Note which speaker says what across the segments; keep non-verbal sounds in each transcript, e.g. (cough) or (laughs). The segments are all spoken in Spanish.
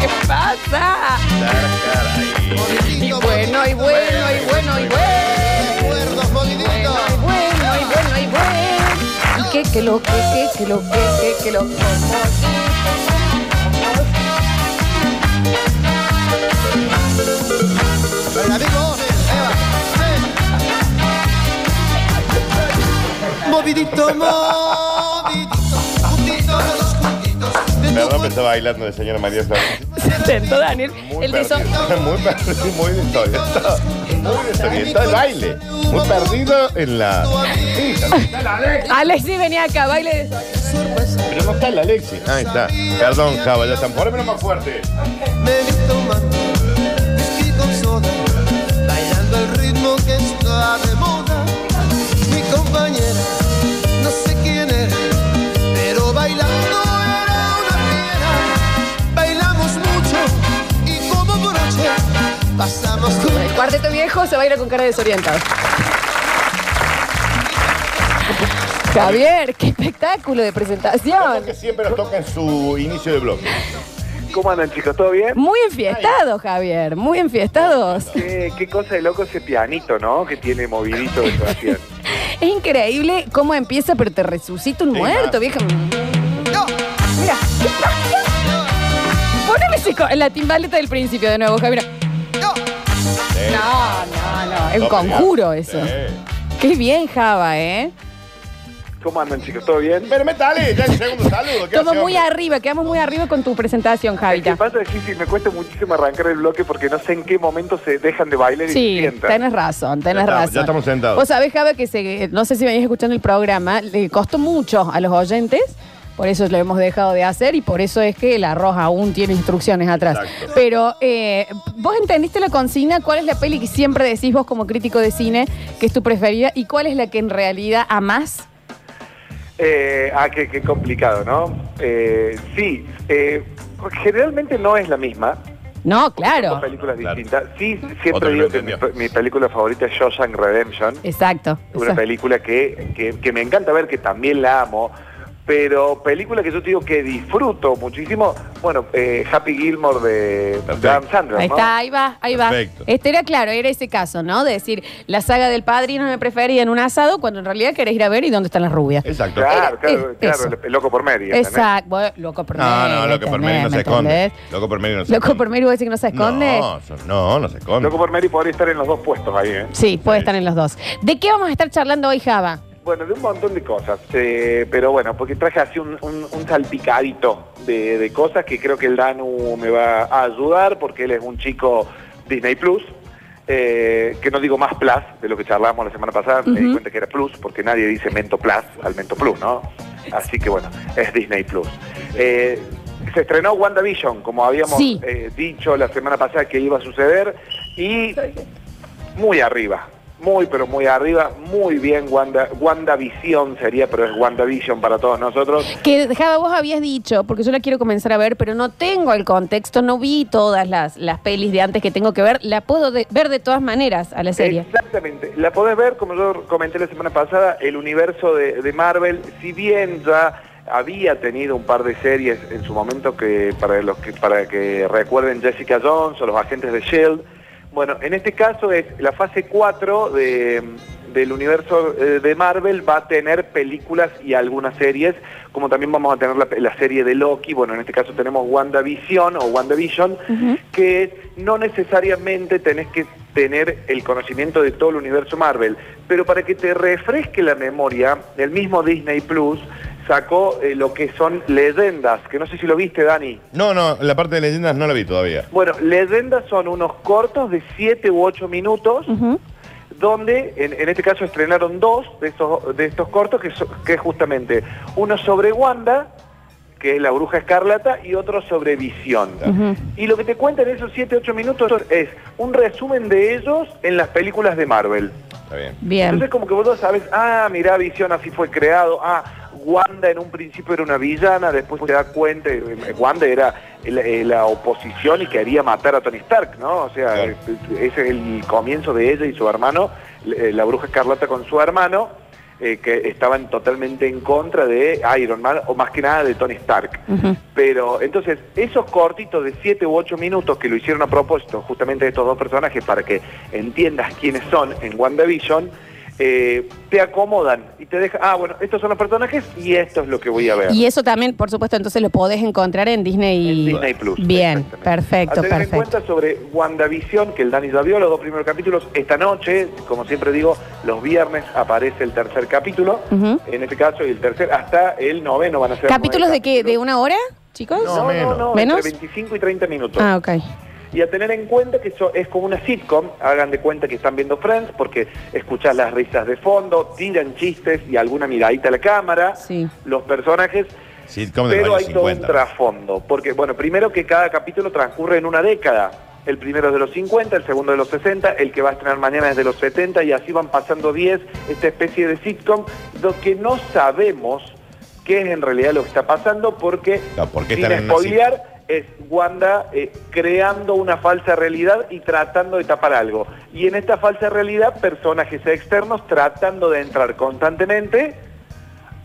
Speaker 1: ¿Qué pasa? Y bueno, y bueno, y bueno, y bueno. Y bueno, y bueno, y bueno. Y que, que lo que, que, que lo que, que, que lo que.
Speaker 2: Movidito, movidito, juntitos los juntitos. De tu
Speaker 3: Perdón, me
Speaker 2: cuerpo
Speaker 3: estaba bailando de señora María Florencia.
Speaker 1: Se sentó Daniel.
Speaker 3: Muy
Speaker 1: El de
Speaker 3: perdido,
Speaker 1: son.
Speaker 3: (laughs) muy perdido, muy desorientado. Muy desorientado el baile. Muy perdido en la. Sí, está la Alexi.
Speaker 1: Alexi, venía acá, baile.
Speaker 3: Pero no está la Alexi. Ahí está. Perdón, Java, ya están. Pónmelo más fuerte.
Speaker 2: me vi tomando whisky con soda, bailando el ritmo que está de moda. Mi compañera, no sé quién era, pero bailando era una fiera. Bailamos mucho y como por noche pasamos
Speaker 1: Con El
Speaker 2: juntos.
Speaker 1: cuarteto viejo se baila con cara desorientada. Javier, qué espectáculo de presentación.
Speaker 3: Que siempre nos toca en su inicio de bloque.
Speaker 4: ¿Cómo andan chicos? ¿Todo bien?
Speaker 1: Muy enfiestado, Javier. Muy enfiestados.
Speaker 4: ¿Qué, qué cosa de loco ese pianito, ¿no? Que tiene movidito de canción.
Speaker 1: Es increíble cómo empieza, pero te resucita un
Speaker 3: Sí,
Speaker 1: muerto,
Speaker 3: más.
Speaker 1: vieja. Mira, ¿qué pasa? (laughs) Poneme ese co- la timbaleta del principio de nuevo, Javier.
Speaker 3: Eh. Sí.
Speaker 1: No, no, no. Es un
Speaker 3: No, Eh.
Speaker 1: conjuro
Speaker 3: pero-
Speaker 1: eso.
Speaker 3: Sí.
Speaker 1: Qué bien, Java, ¿eh?
Speaker 4: ¿Cómo andan chicos? ¿Todo bien?
Speaker 3: Pero metale, ya el segundo saludo. ¿qué
Speaker 1: Estamos
Speaker 3: hace,
Speaker 1: muy
Speaker 3: hombre?
Speaker 1: arriba, quedamos muy arriba con tu presentación,
Speaker 4: ¿Qué
Speaker 1: Javita.
Speaker 4: pasa es que sí, me cuesta muchísimo arrancar el bloque porque no sé en qué momento se dejan de bailar y se
Speaker 1: Sí,
Speaker 4: sientan.
Speaker 1: tenés razón, tenés
Speaker 3: Ya estamos,
Speaker 1: razón.
Speaker 3: ya estamos sentados.
Speaker 1: Vos sabés, Java, que se- no sé si venís escuchando el programa, le costó mucho a los oyentes, por eso lo hemos dejado de hacer y por eso es que el arroz aún tiene instrucciones atrás.
Speaker 3: Exacto.
Speaker 1: Pero, eh, ¿vos entendiste la consigna? ¿Cuál es la peli que siempre decís vos como crítico de cine que es tu preferida y cuál es la que en realidad amás?
Speaker 4: Eh, ah, qué, qué complicado, ¿no? Eh, sí, eh, generalmente no es la misma.
Speaker 1: No,
Speaker 4: Son
Speaker 1: claro.
Speaker 4: películas
Speaker 3: Claro.
Speaker 4: distintas. Sí,
Speaker 3: Otro
Speaker 4: siempre
Speaker 3: que
Speaker 4: digo
Speaker 3: lo
Speaker 4: que mi,
Speaker 3: entendió.
Speaker 4: mi película favorita es Shawshank Redemption.
Speaker 1: Exacto.
Speaker 4: Una
Speaker 1: exacto.
Speaker 4: película que, que- que me encanta ver, que también la amo, pero película que yo te digo que disfruto muchísimo. Bueno, eh, Happy Gilmore de
Speaker 3: Perfecto.
Speaker 4: Dan Sandler,
Speaker 1: Ahí
Speaker 4: ¿no?
Speaker 1: está, ahí va, ahí va.
Speaker 3: Perfecto.
Speaker 1: Este era claro, era ese caso, ¿no? De decir, la saga del padrino me prefería en un asado cuando en realidad querés ir a ver y dónde están las rubias.
Speaker 3: Exacto. Ah,
Speaker 4: Claro, claro,
Speaker 1: Eh,
Speaker 4: claro,
Speaker 1: eso.
Speaker 4: el loco por medio.
Speaker 1: Exacto, bueno, loco por
Speaker 3: No, no, loco por medio
Speaker 1: medio
Speaker 3: no se esconde. Loco por medio no se esconde.
Speaker 1: Loco por medio decir que no se esconde.
Speaker 3: No, son- no, no se esconde.
Speaker 4: Loco por medio podría estar en los dos puestos ahí, ¿eh?
Speaker 1: Sí, puede estar en los dos. ¿De qué vamos a estar charlando hoy, Java?
Speaker 4: Bueno, de un montón de cosas, eh, pero bueno, porque traje así un, un- un salpicadito de, de cosas que creo que el Danu me va a ayudar porque él es un chico Disney Plus, eh, que no digo más Plus de lo que charlábamos la semana pasada, me di
Speaker 1: Ujú.
Speaker 4: cuenta que era Plus porque nadie dice Mento Plus al Mento Plus, ¿no? Así que bueno, es Disney Plus. Eh, se estrenó WandaVision, como habíamos
Speaker 1: Sí.
Speaker 4: eh, dicho la semana pasada que iba a suceder, y muy arriba, muy pero muy arriba, muy bien Wanda, WandaVision sería, pero es WandaVision para todos nosotros.
Speaker 1: Que Java, vos habías dicho, porque yo la quiero comenzar a ver, pero no tengo el contexto, no vi todas las, las pelis de antes que tengo que ver. La puedo de- ver de todas maneras a la serie.
Speaker 4: Eh, Exactamente. La podés ver, como yo comenté la semana pasada, el universo de, de Marvel, si bien ya había tenido un par de series en su momento que para los que para que recuerden Jessica Jones o los agentes de Shield. E Bueno, en este caso es la fase 4 de- del universo eh, de Marvel va a tener películas y algunas series, como también vamos a tener la, la serie de Loki, bueno, en este caso tenemos WandaVision o WandaVision,
Speaker 1: Ujú.
Speaker 4: que no necesariamente tenés que tener el conocimiento de todo el universo Marvel, pero para que te refresque la memoria, el mismo Disney Plus sacó eh, lo que son leyendas, que no sé si lo viste, Dani.
Speaker 3: No, no, la parte de leyendas no la vi todavía.
Speaker 4: Bueno, leyendas son unos cortos de 7 u 8 minutos,
Speaker 1: Ujú.
Speaker 4: donde en, en este caso estrenaron dos de estos, de estos cortos, que, so- que es justamente uno sobre Wanda, que es La Bruja Escarlata, y otro sobre Visión. Y lo que te cuentan en esos 7, 8 minutos es un resumen de ellos en las películas de Marvel.
Speaker 3: Está bien.
Speaker 4: Entonces
Speaker 1: Bien.
Speaker 4: como que vos ya sabes, ah, mirá, Visión así fue creado, ah, Wanda en un principio era una villana, después se da cuenta, eh, Wanda era el- eh, la oposición y quería matar a Tony Stark, ¿no? O sea,
Speaker 3: Claro.
Speaker 4: eh, ese es el comienzo de ella y su hermano, eh, la bruja escarlata con su hermano, eh, que estaban totalmente en contra de Iron Man, o más que nada de Tony Stark.
Speaker 1: Ujú.
Speaker 4: Pero entonces, esos cortitos de 7 u 8 minutos que lo hicieron a propósito justamente de estos dos personajes para que entiendas quiénes son en WandaVision, eh, te acomodan y te dejan, ah, bueno, estos son los personajes y esto es lo que voy a ver.
Speaker 1: Y eso también, por supuesto, entonces lo podés encontrar en Disney.
Speaker 4: En Disney Plus.
Speaker 1: Bien,
Speaker 4: exactamente.
Speaker 1: perfecto,
Speaker 4: A tener en
Speaker 1: perfecto.
Speaker 4: cuenta sobre WandaVision, que el Dani ya vio los dos primeros capítulos. Esta noche, como siempre digo, los viernes aparece el tercer capítulo.
Speaker 1: Ujú.
Speaker 4: En este caso, y el tercer hasta el noveno van a ser.
Speaker 1: ¿Capítulos
Speaker 4: nueve
Speaker 1: de qué? ¿De una hora, chicos?
Speaker 4: No, no,
Speaker 5: menos.
Speaker 4: no,
Speaker 1: ¿Menos?
Speaker 4: entre 25 y 30 minutos.
Speaker 1: Ah, ok.
Speaker 4: Y a tener en cuenta que eso es como una sitcom, hagan de cuenta que están viendo Friends porque escuchás las risas de fondo, tiran chistes y alguna miradita a la cámara.
Speaker 1: Sí.
Speaker 4: Los personajes
Speaker 3: Sitcom de
Speaker 4: pero
Speaker 3: los
Speaker 4: hay
Speaker 3: años
Speaker 4: todo un
Speaker 3: 50.
Speaker 4: trasfondo, porque bueno, primero que cada capítulo transcurre en una década. El primero es de los 50, el segundo de los 60, el que va a estrenar mañana es de los 70 y así van pasando 10, esta especie de sitcom, lo que no sabemos qué es en realidad lo que está pasando porque,
Speaker 3: Claro, ¿por qué
Speaker 4: sin
Speaker 3: están en una
Speaker 4: spoilear, es Wanda eh, creando una falsa realidad y tratando de tapar algo. Y en esta falsa realidad, personajes externos tratando de entrar constantemente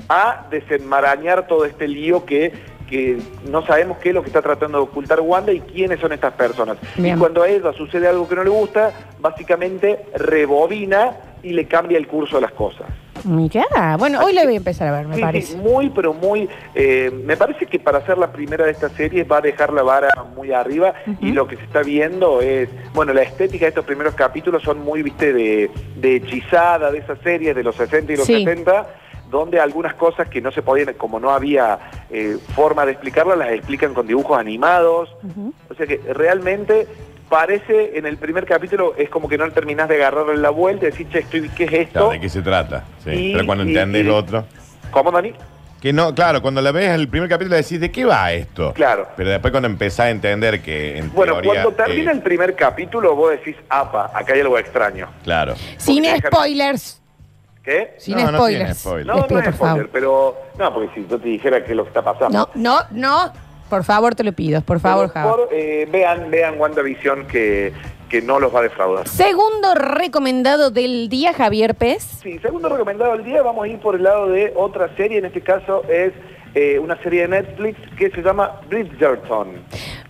Speaker 4: a desenmarañar todo este lío que, que no sabemos qué es lo que está tratando de ocultar Wanda y quiénes son estas personas.
Speaker 1: Bien.
Speaker 4: Y cuando a ella sucede algo que no le gusta, básicamente rebobina y le cambia el curso de las cosas.
Speaker 1: Mirá, bueno, hoy la voy a empezar a ver, me
Speaker 4: Sí, sí,
Speaker 1: parece.
Speaker 4: muy, pero muy... eh, me parece que para hacer la primera de estas series va a dejar la vara muy arriba y lo que se está viendo es... Bueno, la estética de estos primeros capítulos son muy, viste, de, de hechizada, de esas series de los 60 y los
Speaker 1: Sí.
Speaker 4: 70 donde algunas cosas que no se podían, como no había eh, forma de explicarlas, las explican con dibujos animados. O sea que realmente parece en el primer capítulo es como que no terminás de agarrarle la vuelta y decir, che, estoy, ¿qué es
Speaker 3: Claro,
Speaker 4: esto?
Speaker 3: ¿De qué se trata? Sí.
Speaker 4: Y-
Speaker 3: Pero cuando
Speaker 4: y-
Speaker 3: entendés
Speaker 4: y-
Speaker 3: lo otro.
Speaker 4: ¿Cómo, Dani?
Speaker 3: Que no, claro, cuando la ves el primer capítulo decís, ¿de qué va esto?
Speaker 4: Claro.
Speaker 3: Pero después cuando empezás a entender que en
Speaker 4: Bueno,
Speaker 3: teoría,
Speaker 4: cuando termina
Speaker 3: eh,
Speaker 4: el primer capítulo, vos decís, apa, acá hay algo extraño.
Speaker 3: eh, Claro.
Speaker 1: Sin
Speaker 4: Porque-
Speaker 1: spoilers.
Speaker 4: ¿qué?
Speaker 1: Sin
Speaker 3: No, no tiene
Speaker 1: spoilers.
Speaker 3: spoilers.
Speaker 4: No,
Speaker 1: Les pido,
Speaker 4: no es
Speaker 1: por
Speaker 4: spoiler,
Speaker 1: favor.
Speaker 4: pero... No, porque si yo te dijera que lo que está pasando...
Speaker 1: No, no, no. Por favor, te lo pido. Por favor,
Speaker 4: Pero
Speaker 1: Java.
Speaker 4: por, eh, vean, vean WandaVision que, que no los va a defraudar.
Speaker 1: Segundo recomendado del día, Javier Pez.
Speaker 4: Sí, segundo recomendado del día, vamos a ir por el lado de otra serie, en este caso es eh, una serie de Netflix que se llama Bridgerton.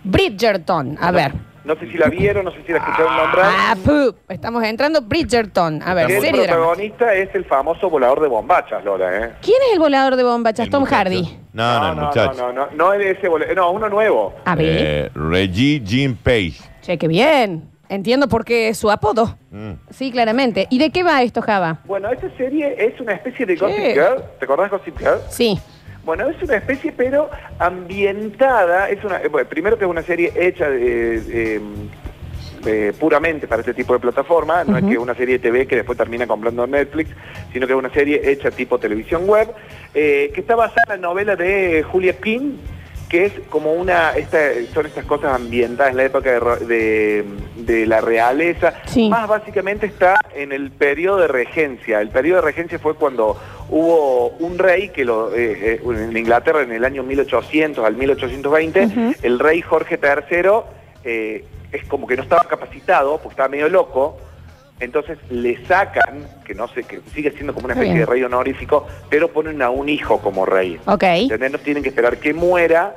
Speaker 1: Bridgerton. A ver.
Speaker 4: No sé si la vieron, no sé si la escucharon nombrar.
Speaker 1: Ah, pu. Estamos entrando. Bridgerton. A ver,
Speaker 4: Que el
Speaker 1: serie drama.
Speaker 4: protagonista es el famoso volador de bombachas, Lola, ¿eh?
Speaker 1: ¿Quién es el volador de bombachas?
Speaker 3: el
Speaker 1: Tom
Speaker 3: muchacho.
Speaker 1: Hardy.
Speaker 3: No, no, el
Speaker 4: no,
Speaker 3: muchacho.
Speaker 4: no, no, no, no es ese volador, no, uno nuevo.
Speaker 1: A ver.
Speaker 3: Eh, Reggie Jean Page.
Speaker 1: Che, qué bien. Entiendo por qué es su apodo.
Speaker 3: Mm.
Speaker 1: Sí, claramente. ¿Y de qué va esto, Java?
Speaker 4: Bueno, esta serie es una especie de Gossip
Speaker 1: Sí.
Speaker 4: Girl. ¿Te acordás de Gossip Girl?
Speaker 1: Sí.
Speaker 4: Bueno, es una especie, pero ambientada. Es una, eh, bueno, primero que es una serie hecha de, eh, eh, puramente para este tipo de plataforma. No es que una serie de TV que después termina comprando Netflix, sino que es una serie hecha tipo televisión web, eh, que está basada en la novela de Julia King, que es como una, esta, son estas cosas ambientadas en la época de, ro- de- de la realeza.
Speaker 1: Sí.
Speaker 4: Más básicamente está en el periodo de regencia. El periodo de regencia fue cuando hubo un rey que lo, eh, eh, en Inglaterra en el año 1800 al 1820, el rey Jorge III eh, es como que no estaba capacitado, porque estaba medio loco. Entonces le sacan, que no sé, que sigue siendo como una
Speaker 1: Está
Speaker 4: especie de
Speaker 1: bien.
Speaker 4: rey honorífico, pero ponen a un hijo como rey.
Speaker 1: Ok.
Speaker 4: ¿Entendés? No tienen que esperar que muera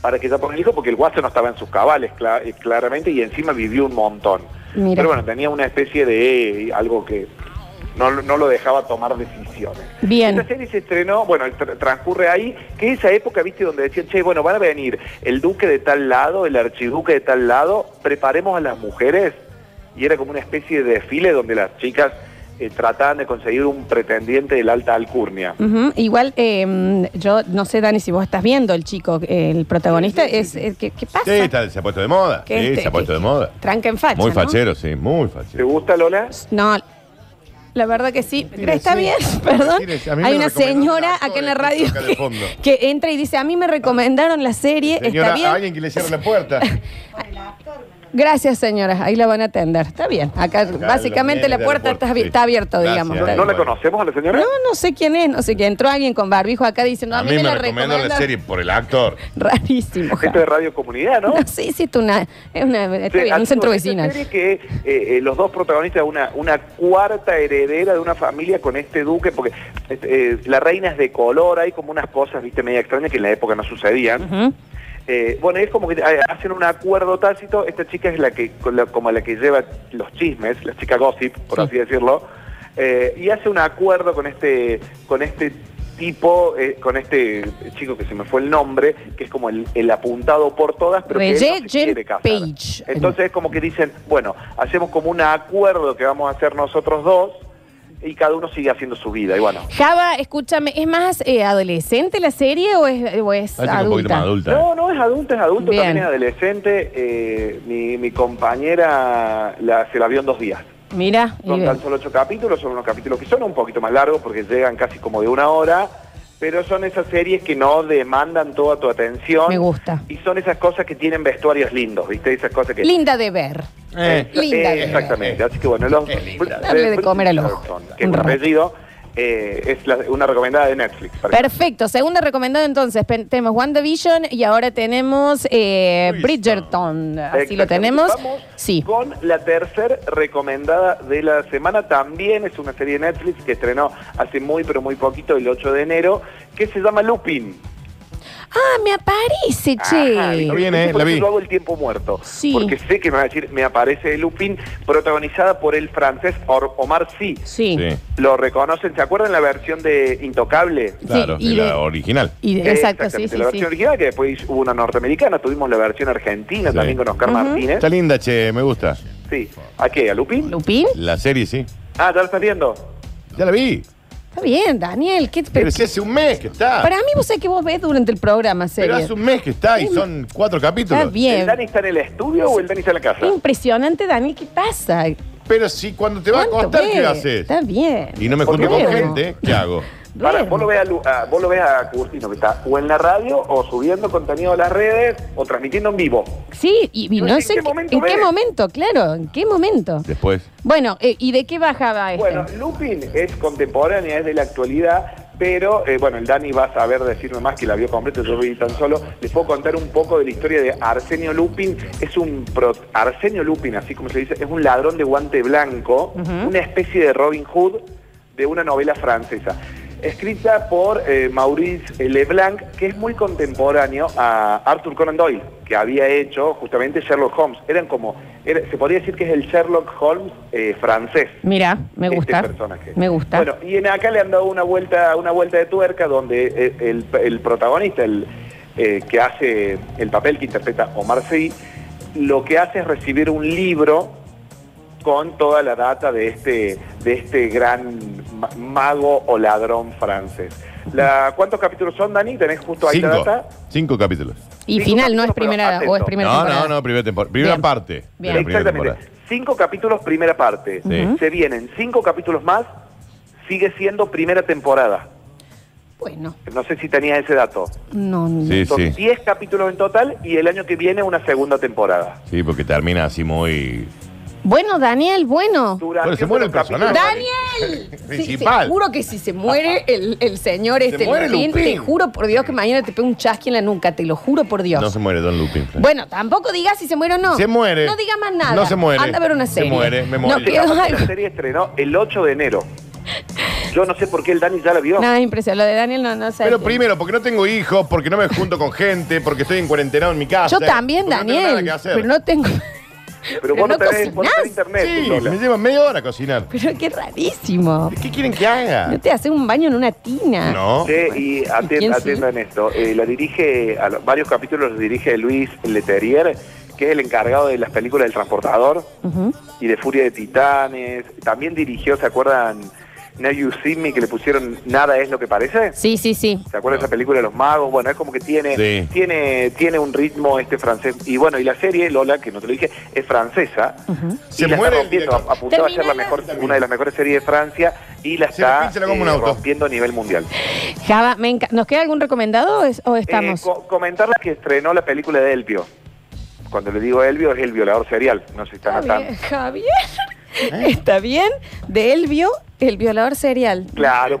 Speaker 4: para que ya ponga el hijo, porque el guaso no estaba en sus cabales, cla- eh, claramente, y encima vivió un montón.
Speaker 1: Mira.
Speaker 4: Pero bueno, tenía una especie de eh, algo que no, lo- no lo dejaba tomar decisiones.
Speaker 1: Bien.
Speaker 4: Esta serie se estrenó, bueno, tr- transcurre ahí, que esa época, viste, donde decían, che, bueno, van a venir el duque de tal lado, el archiduque de tal lado, preparemos a las mujeres. Y era como una especie de desfile donde las chicas eh, trataban de conseguir un pretendiente de la alta alcurnia.
Speaker 1: Ujú. Igual, eh, yo no sé, Dani, si vos estás viendo el chico, eh, el protagonista, es, es- ¿qué, qué pasa?
Speaker 3: Sí, está- se ha puesto de moda.
Speaker 1: Que
Speaker 3: Sí,
Speaker 1: este-
Speaker 3: se ha puesto
Speaker 1: que-
Speaker 3: de moda.
Speaker 1: Tranca en facha,
Speaker 3: Muy
Speaker 1: ¿no?
Speaker 3: fachero, sí, muy
Speaker 4: ¿Te
Speaker 3: fachero.
Speaker 4: gusta, Lola?
Speaker 1: No, La verdad que sí.
Speaker 3: Mira,
Speaker 1: Está
Speaker 3: sí.
Speaker 1: bien, (laughs) perdón.
Speaker 3: Mira, a mí me
Speaker 1: Hay una
Speaker 3: recomendaron
Speaker 1: señora
Speaker 3: un actor
Speaker 1: acá en la
Speaker 3: de
Speaker 1: radio
Speaker 3: música de
Speaker 1: que,
Speaker 3: fondo.
Speaker 1: que entra y dice, a mí me recomendaron la serie,
Speaker 3: Señora,
Speaker 1: Eh, está bien.
Speaker 3: alguien que le cierre
Speaker 1: (laughs)
Speaker 3: la puerta.
Speaker 1: Gracias, señoras. Ahí la van a atender. Está bien. Acá, básicamente la
Speaker 3: mira,
Speaker 1: puerta
Speaker 3: la
Speaker 1: está,
Speaker 3: puerta,
Speaker 1: abi-
Speaker 3: sí.
Speaker 1: está abierta,
Speaker 3: Gracias.
Speaker 1: digamos.
Speaker 3: No,
Speaker 1: Está
Speaker 4: ¿No
Speaker 1: bien.
Speaker 4: la conocemos a la señora?
Speaker 1: No, no sé quién es, no sé quién. Entró alguien con barbijo acá diciendo,
Speaker 3: A mí me
Speaker 1: la
Speaker 3: recomiendo la
Speaker 1: recomendaron".
Speaker 3: serie por el actor.
Speaker 1: Rarísimo.
Speaker 4: Esto es Radio Comunidad, ¿no?
Speaker 1: No, sí, sí, es una, es una, (laughs) está
Speaker 4: Sí,
Speaker 1: bien,
Speaker 4: así
Speaker 1: un centro
Speaker 4: como esta
Speaker 1: vecinal.
Speaker 4: serie que eh, eh, los dos protagonistas, una, una cuarta heredera de una familia con este duque, porque este, eh, la reina es de color, hay como unas cosas, viste, media extrañas que en la época no sucedían.
Speaker 1: Ujú.
Speaker 4: Eh, bueno, es como que eh, hacen un acuerdo tácito. Esta chica es la que con la- como la que lleva los chismes, la chica gossip, por
Speaker 1: Sí.
Speaker 4: así decirlo, eh, y hace un acuerdo con este con este tipo, eh, con este chico que se me fue el nombre, que es como el, el apuntado por todas, pero que él no se
Speaker 1: Regen
Speaker 4: quiere casar.
Speaker 1: Page.
Speaker 4: Entonces es como que dicen, bueno, hacemos como un acuerdo que vamos a hacer nosotros dos y cada uno sigue haciendo su vida. Y bueno,
Speaker 1: Java, escúchame, ¿es más eh, adolescente la serie o es, o es
Speaker 3: Parece que un
Speaker 1: adulta?
Speaker 3: poquito más adulta.
Speaker 4: No, no, es adulto, es adulto,
Speaker 1: Bien.
Speaker 4: también es adolescente. Eh, mi, mi compañera la- se la vio en dos días.
Speaker 1: Mira, y
Speaker 4: Son
Speaker 1: ve.
Speaker 4: tan solo ocho capítulos, son unos capítulos que son un poquito más largos porque llegan casi como de una hora, pero son esas series que no demandan toda tu atención.
Speaker 1: Me gusta.
Speaker 4: Y son esas cosas que tienen vestuarios lindos, ¿viste? Esas cosas que...
Speaker 1: linda de ver.
Speaker 3: Eh,
Speaker 1: linda de ver.
Speaker 4: exactamente. Así que bueno, los... Eh,
Speaker 3: Qué linda.
Speaker 1: Darle de comer al ojo.
Speaker 4: Que es
Speaker 1: Un
Speaker 4: un
Speaker 1: rato.
Speaker 4: apellido, eh, es la- una recomendada de Netflix. para que-
Speaker 1: Perfecto, segunda recomendada entonces. Pen- tenemos WandaVision y ahora tenemos eh, Bridgerton. Así lo
Speaker 4: Exactamente.
Speaker 1: tenemos.
Speaker 4: Vamos
Speaker 1: Sí.
Speaker 4: Con la tercer recomendada de la semana, también es una serie de Netflix que estrenó hace muy pero muy poquito, el 8 de enero, que se llama Lupin.
Speaker 1: Ah, me aparece, che.
Speaker 4: Ajá, ¿viste?
Speaker 3: Está bien, eh,
Speaker 4: Por
Speaker 3: la
Speaker 4: eso
Speaker 3: vi.
Speaker 4: Yo hago el tiempo muerto.
Speaker 1: Sí.
Speaker 4: Porque sé que me va a decir, me aparece Lupin, protagonizada por el francés Or- Omar Sy.
Speaker 1: sí.
Speaker 3: Sí,
Speaker 4: Lo reconocen, ¿se acuerdan la versión de Intocable?
Speaker 3: claro,
Speaker 1: y
Speaker 3: de
Speaker 1: de-
Speaker 3: la original.
Speaker 1: Y de- exacto, sí,
Speaker 4: Exactamente,
Speaker 1: sí,
Speaker 4: La
Speaker 1: sí.
Speaker 4: versión original, que después hubo una norteamericana, tuvimos la versión argentina
Speaker 3: Sí.
Speaker 4: también con Oscar Martínez.
Speaker 3: Está linda, che, me gusta.
Speaker 4: Sí. ¿A qué? ¿A Lupin?
Speaker 1: ¿Lupín?
Speaker 3: La serie, sí.
Speaker 4: Ah, ya lo estás viendo.
Speaker 3: Ya la vi.
Speaker 1: Está bien, Daniel. ¿qué-
Speaker 3: Pero
Speaker 1: pero-
Speaker 3: si hace un mes que está.
Speaker 1: para mí, vos sabés que vos ves durante el programa,
Speaker 3: Pero
Speaker 1: serie.
Speaker 3: hace un mes que está y son cuatro capítulos.
Speaker 1: Está
Speaker 4: ¿El
Speaker 1: bien.
Speaker 4: Dani está en el estudio o el Dani está en la casa?
Speaker 1: Impresionante, Daniel. ¿Qué pasa?
Speaker 3: Pero si cuando te va a
Speaker 1: ¿Cuánto
Speaker 3: costar, ¿qué
Speaker 1: ves?
Speaker 3: haces?
Speaker 1: Está bien.
Speaker 3: Y no me
Speaker 4: Porque
Speaker 3: junto con
Speaker 1: bueno.
Speaker 3: gente, ¿qué hago?
Speaker 4: Para,
Speaker 1: Bien.
Speaker 4: vos lo ves a, Lu- a- vos lo ves a Curtino que está o en la radio o subiendo contenido a las redes o transmitiendo en vivo.
Speaker 1: Sí, y, y
Speaker 4: No
Speaker 1: no
Speaker 4: sé en
Speaker 1: sé
Speaker 4: qué
Speaker 1: qué-
Speaker 4: momento
Speaker 1: en qué
Speaker 4: ves.
Speaker 1: momento, claro, en qué momento.
Speaker 3: Después.
Speaker 1: Bueno, eh, ¿y de qué bajaba este?
Speaker 4: Bueno, Lupin es contemporánea, es de la actualidad, pero eh, bueno, el Dani va a saber decirme más que la vio completo, yo vi tan solo. Les puedo contar un poco de la historia de Arsenio Lupin. Es un pro- Arsenio Lupin, así como se dice, es un ladrón de guante blanco, una especie de Robin Hood de una novela francesa. Escrita por eh, Maurice Leblanc, que es muy contemporáneo a Arthur Conan Doyle, que había hecho justamente Sherlock Holmes. Eran como, era- se podría decir que es el Sherlock Holmes eh, francés
Speaker 1: Mira, me
Speaker 4: este
Speaker 1: gusta.
Speaker 4: personaje.
Speaker 1: me gusta.
Speaker 4: Bueno, y en acá le han dado una vuelta, una vuelta de tuerca donde eh, el, el protagonista, el eh, que hace el papel que interpreta Omar Sy, lo que hace es recibir un libro con toda la data de este, de este gran ma- mago o ladrón francés. La, ¿Cuántos capítulos son, Dani? ¿Tenés justo ahí la
Speaker 3: Cinco.
Speaker 4: data?
Speaker 3: Cinco capítulos.
Speaker 1: y
Speaker 4: cinco
Speaker 1: final, no es
Speaker 4: capítulos,
Speaker 1: primera
Speaker 4: pero
Speaker 1: o es
Speaker 4: atento.
Speaker 1: primera
Speaker 3: No,
Speaker 1: temporada.
Speaker 3: no, no, primera temporada. Primera
Speaker 1: Bien.
Speaker 3: parte. de
Speaker 1: Bien.
Speaker 3: la primera
Speaker 4: Exactamente.
Speaker 3: temporada.
Speaker 4: Cinco capítulos, primera parte.
Speaker 3: Sí.
Speaker 4: Se vienen cinco capítulos más, sigue siendo primera temporada.
Speaker 1: Bueno,
Speaker 4: No sé si tenía ese dato.
Speaker 1: no, ni-
Speaker 3: Sí,
Speaker 4: Son
Speaker 3: sí.
Speaker 4: 10 capítulos en total y el año que viene una segunda temporada.
Speaker 3: Sí, porque termina así muy.
Speaker 1: Bueno, Daniel, bueno.
Speaker 4: Durante
Speaker 3: Bueno, se muere el
Speaker 4: los capítulos-
Speaker 3: personaje.
Speaker 1: ¡Daniel! Sí,
Speaker 3: Principal.
Speaker 1: seguro que si se muere el, el señor este
Speaker 3: muere
Speaker 1: Lupín,
Speaker 3: Lupín.
Speaker 1: te juro por Dios que mañana te pego un chasqui en la nuca, te lo juro por Dios.
Speaker 3: No se muere Don Lupin. Fran.
Speaker 1: Bueno, tampoco digas si se muere o no.
Speaker 3: Se muere.
Speaker 1: No digas más nada.
Speaker 3: No se muere.
Speaker 1: Anda a ver una
Speaker 3: Se
Speaker 1: serie.
Speaker 3: muere, me
Speaker 1: No,
Speaker 3: morí. (laughs)
Speaker 1: quedó algo.
Speaker 4: La serie estrenó el 8 de enero. Yo no sé por qué el Dani ya la vio.
Speaker 1: No, es impresionante. Lo de Daniel no, no sé.
Speaker 3: Pero primero, porque no tengo hijos, porque no me junto con gente, porque estoy en cuarentena en mi casa.
Speaker 1: Yo también,
Speaker 3: porque
Speaker 1: Daniel.
Speaker 3: No tengo nada que hacer.
Speaker 1: Pero no tengo. (laughs)
Speaker 4: pero vos
Speaker 1: no
Speaker 4: no tenés, vos no
Speaker 1: cocinás.
Speaker 4: tenés internet.
Speaker 3: Sí,
Speaker 4: Lola.
Speaker 3: me lleva media hora a cocinar.
Speaker 1: Pero qué rarísimo.
Speaker 3: ¿Qué quieren que
Speaker 1: No
Speaker 3: haga?
Speaker 1: te haces un baño en una tina.
Speaker 3: Ah. No.
Speaker 4: Che, y aten-
Speaker 1: ¿Quién sí?
Speaker 4: atiendan esto. Eh, la dirige, a los- varios capítulos los dirige Luis Leterrier, que es el encargado de las películas del transportador
Speaker 1: Ujú.
Speaker 4: y de Furia de Titanes. También dirigió, ¿se acuerdan? Now You See Me, que le pusieron Nada es lo que parece.
Speaker 1: Sí, sí, sí.
Speaker 4: ¿Se acuerdan de esa película de los magos? Bueno, es como que tiene,
Speaker 3: Sí.
Speaker 4: tiene, tiene un ritmo este francés. Y bueno, y la serie, Lola, que no te lo dije, es francesa. Y
Speaker 3: Se
Speaker 4: la
Speaker 3: muere el
Speaker 4: está rompiendo,
Speaker 3: director.
Speaker 4: apuntó a ser la
Speaker 1: Terminala.
Speaker 4: mejor, una de las mejores series de Francia y la
Speaker 3: Se la
Speaker 4: está
Speaker 3: pincha como un
Speaker 4: eh,
Speaker 3: auto.
Speaker 4: rompiendo a nivel mundial.
Speaker 1: Java, me enca- ¿nos queda algún recomendado o, es- o estamos?
Speaker 4: Eh, co- comentarles que estrenó la película de Elvio. Cuando le digo Elvio, es el violador serial. No sé si están
Speaker 1: Está
Speaker 4: al tanto.
Speaker 1: Ah, bien, Javier.
Speaker 3: ¿Eh?
Speaker 1: Está bien. De Elvio, el violador serial.
Speaker 4: Claro,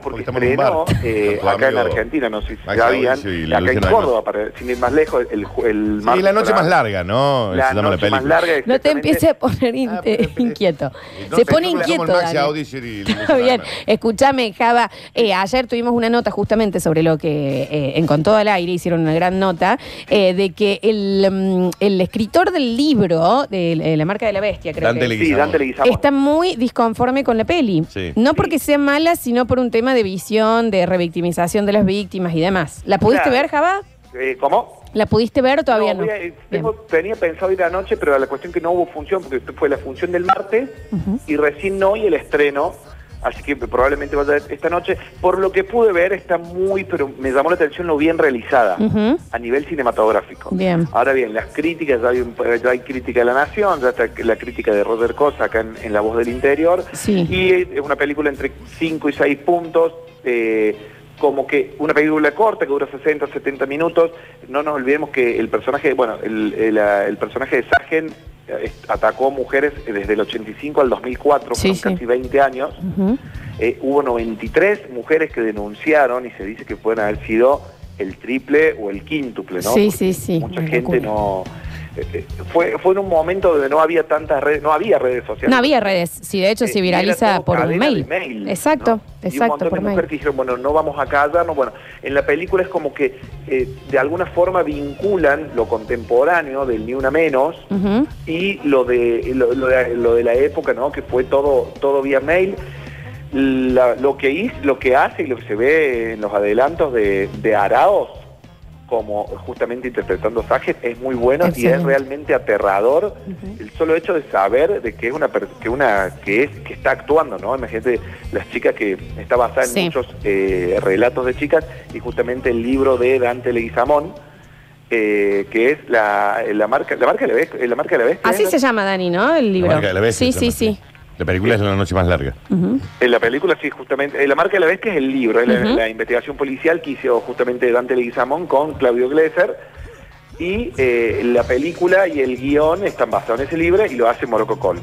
Speaker 3: Porque
Speaker 4: porque
Speaker 3: estamos en un
Speaker 4: estrenó
Speaker 3: bar.
Speaker 4: eh,
Speaker 3: Con tu
Speaker 4: acá en
Speaker 3: amigo
Speaker 4: Argentina, no sé si
Speaker 3: Max
Speaker 4: sabían,
Speaker 3: Mauricio y
Speaker 4: acá en
Speaker 3: Luciano
Speaker 4: Córdoba, para, sin ir más lejos, el, ju- el
Speaker 3: Y la noche más larga, ¿no?
Speaker 4: La
Speaker 3: Se llama la
Speaker 4: noche
Speaker 3: película.
Speaker 4: más larga.
Speaker 1: No te
Speaker 4: exactamente.
Speaker 1: empieces a poner in-
Speaker 3: Ah, pero-
Speaker 1: eh, inquieto.
Speaker 3: Entonces,
Speaker 1: Se pone
Speaker 3: ¿cómo le
Speaker 1: inquieto.
Speaker 3: damos el maxi
Speaker 1: Dani.
Speaker 3: a Audition y-
Speaker 1: Está bien. Escúchame, Java. eh, ayer tuvimos una nota justamente sobre lo que eh, en Con todo al aire hicieron una gran nota eh, de que el, mm, el escritor del libro de la- la marca de la bestia, creo
Speaker 3: Dante
Speaker 1: que es,
Speaker 3: Leguizamón.
Speaker 4: Sí, Dante Leguizamón.
Speaker 1: Está muy disconforme con la peli.
Speaker 3: Sí.
Speaker 1: No porque sea mala, sino por un tema de visión, de revictimización de las víctimas y demás. ¿La pudiste
Speaker 4: Claro.
Speaker 1: ver, Java?
Speaker 4: Eh, ¿Cómo?
Speaker 1: ¿La pudiste ver o todavía no?
Speaker 4: voy a- eh, tengo- tenía pensado ir anoche, pero la cuestión que no hubo función, porque esto fue la función del martes y recién hoy el estreno. Así que probablemente vaya esta noche. Por lo que pude ver, está muy, pero me llamó la atención lo bien realizada
Speaker 1: Ujú.
Speaker 4: a nivel cinematográfico.
Speaker 1: Bien.
Speaker 4: Ahora bien, las críticas, ya hay, un- ya hay crítica de La Nación, ya está la crítica de Roger Cosa acá en, en La Voz del Interior.
Speaker 1: Sí.
Speaker 4: Y es una película entre 5 y 6 puntos. eh, como que una película corta que dura 60, 70 minutos. No nos olvidemos que el personaje, bueno, el, el, ah, el personaje de Sagen eh, es- atacó mujeres desde el 85 al 2004,
Speaker 1: Sí,
Speaker 4: fueron
Speaker 1: sí.
Speaker 4: casi 20 años.
Speaker 1: Ujú.
Speaker 4: Eh, hubo 93 mujeres que denunciaron y se dice que pueden haber sido el triple o el quíntuple, ¿no?
Speaker 1: Sí,
Speaker 4: Porque
Speaker 1: sí, sí,
Speaker 4: Mucha
Speaker 1: una locura.
Speaker 4: gente no... eh, eh, fue, fue en un momento donde no había tantas redes, no había redes sociales.
Speaker 1: No había redes. Si de hecho
Speaker 4: Eh,
Speaker 1: se
Speaker 4: y era
Speaker 1: viraliza
Speaker 4: todo
Speaker 1: por un
Speaker 4: cadena de
Speaker 1: mail. Exacto,
Speaker 4: ¿no? Y un
Speaker 1: exacto,
Speaker 4: montón
Speaker 1: por
Speaker 4: de mujeres
Speaker 1: mail.
Speaker 4: que dijeron, bueno, no vamos a callarnos. Bueno, en la película es como que eh, de alguna forma vinculan lo contemporáneo del Ni Una Menos
Speaker 1: Ujú.
Speaker 4: y lo de, lo, lo de lo de la época, ¿no? Que fue todo, todo vía mail. La- lo que hizo, lo que hace y lo que se ve en los adelantos de, de Araos, como justamente interpretando a Saget, es muy bueno y es
Speaker 1: Excelente.
Speaker 4: realmente aterrador
Speaker 1: Ujú.
Speaker 4: el solo hecho de saber de que es una per- que una que es que está actuando, ¿no? Imagínate las chicas que está basada en
Speaker 1: Sí.
Speaker 4: muchos eh, relatos de chicas y justamente el libro de Dante Leguizamón eh, que es la, la marca la marca de la bestia, eh, la marca de la bestia
Speaker 1: Así
Speaker 4: ¿no?
Speaker 1: se llama, Dani, ¿no? El libro.
Speaker 3: La marca de la bestia
Speaker 1: sí,
Speaker 3: se
Speaker 1: sí,
Speaker 3: llama
Speaker 1: sí.
Speaker 3: así. La película es la noche más larga.
Speaker 1: Ujú.
Speaker 4: En la película, sí, justamente. eh, La marca de la bestia es el libro, es la-
Speaker 1: Ujú.
Speaker 4: la, investigación policial que hizo justamente Dante Leguizamón con Claudio Glesser. Y eh, la película y el guión están basados en ese libro y lo hace Morocco Colman.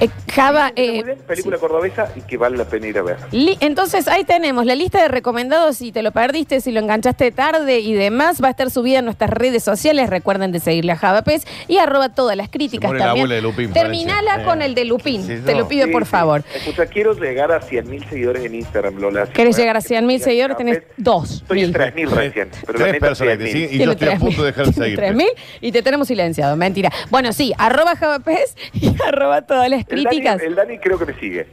Speaker 1: Eh, Java, eh,
Speaker 4: Muy bien, película cordobesa y que vale la pena ir a ver.
Speaker 1: Li- Entonces ahí tenemos la lista de recomendados. Si te lo perdiste, si lo enganchaste tarde y demás, va a estar subida en nuestras redes sociales. Recuerden de seguirle a Javapes y arroba todas las críticas
Speaker 3: muere la
Speaker 1: también.
Speaker 3: abuela de Lupín,
Speaker 1: Terminala
Speaker 3: parece.
Speaker 1: con
Speaker 3: Eh,
Speaker 1: el de Lupín.
Speaker 3: qué sé yo.
Speaker 1: Te lo pido
Speaker 4: Sí,
Speaker 1: por
Speaker 4: sí.
Speaker 1: favor.
Speaker 4: Escucha, quiero llegar a 100.000 seguidores en Instagram, Lola. Si
Speaker 1: ¿Querés
Speaker 4: puedes,
Speaker 1: llegar a
Speaker 4: que
Speaker 1: 100.000
Speaker 4: me
Speaker 1: seguidores?
Speaker 4: sigas,
Speaker 1: Tenés 2.
Speaker 4: Estoy en 3.000 recién. Pero la
Speaker 3: Tres
Speaker 4: neta,
Speaker 3: personas que te
Speaker 4: 100.000.
Speaker 3: siguen y yo estoy a punto de dejar
Speaker 1: (laughs)
Speaker 3: de seguirte.
Speaker 1: 3000 y te tenemos silenciado, mentira. Bueno, sí, arroba javapes y (laughs) arroba todas las
Speaker 4: El Dani,
Speaker 1: críticas.
Speaker 4: el Dani creo que me sigue,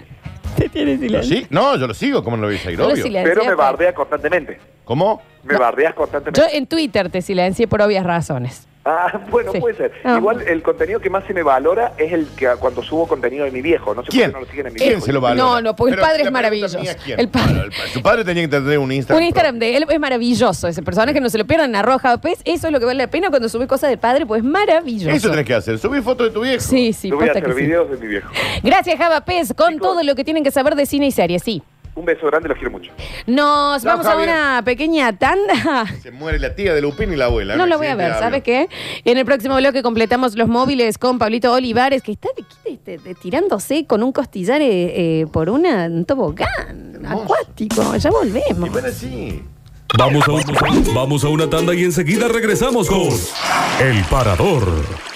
Speaker 1: Te tiene
Speaker 3: ¿Lo
Speaker 1: silenciado.
Speaker 3: sí? No, yo lo sigo, ¿cómo no lo voy a seguir?
Speaker 1: Yo lo
Speaker 3: Obvio.
Speaker 1: silencio.
Speaker 4: pero me
Speaker 1: Silenciate.
Speaker 4: bardea constantemente.
Speaker 3: ¿Cómo?
Speaker 4: Me bardeas constantemente.
Speaker 1: Yo eh, en Twitter te silencié por obvias razones.
Speaker 4: Ah, (laughs) bueno,
Speaker 1: Sí.
Speaker 4: puede ser.
Speaker 1: Ah.
Speaker 4: Igual el contenido que más se me valora es el que cuando subo contenido de mi viejo. No sé
Speaker 3: ¿Quién?
Speaker 4: por qué no lo siguen a mi
Speaker 3: ¿Quién
Speaker 4: viejo.
Speaker 3: se lo valora?
Speaker 1: No, no, porque el
Speaker 3: Pero
Speaker 1: padre es
Speaker 3: la pregunta
Speaker 1: maravilloso.
Speaker 3: mía es quién.
Speaker 1: El padre-
Speaker 3: Bueno, el pa- su padre tenía que tener un Instagram.
Speaker 1: Un Instagram de él es maravilloso, ese personaje, no se lo pierdan, arroja pez, eso es lo que vale la pena cuando subís cosas del padre, pues es maravilloso.
Speaker 3: propio. Eso tenés que hacer, subir fotos de tu viejo.
Speaker 1: Sí, sí,
Speaker 4: Yo voy a
Speaker 1: posta
Speaker 4: hacer
Speaker 1: que sí.
Speaker 4: videos de mi viejo.
Speaker 1: Gracias, Java Pez, con
Speaker 4: Chicos.
Speaker 1: todo lo que tienen que saber de cine y series, sí.
Speaker 4: Un beso grande, los quiero mucho.
Speaker 1: Nos
Speaker 3: Chao,
Speaker 1: vamos
Speaker 3: Javier.
Speaker 1: a una pequeña tanda.
Speaker 3: Se muere la tía de Lupín y la abuela.
Speaker 1: No
Speaker 3: Un
Speaker 1: lo voy a ver,
Speaker 3: accidente de
Speaker 1: ¿sabes
Speaker 3: avión.
Speaker 1: qué? En el próximo bloque completamos los móviles con Pablito Olivares, que está de- de- de- de- tirándose con un costillar eh, eh, por una, un tobogán
Speaker 3: Hermoso.
Speaker 1: acuático. Ya volvemos.
Speaker 3: Y bueno, sí.
Speaker 6: Vamos a, un- vamos a una tanda y enseguida regresamos con El Parador.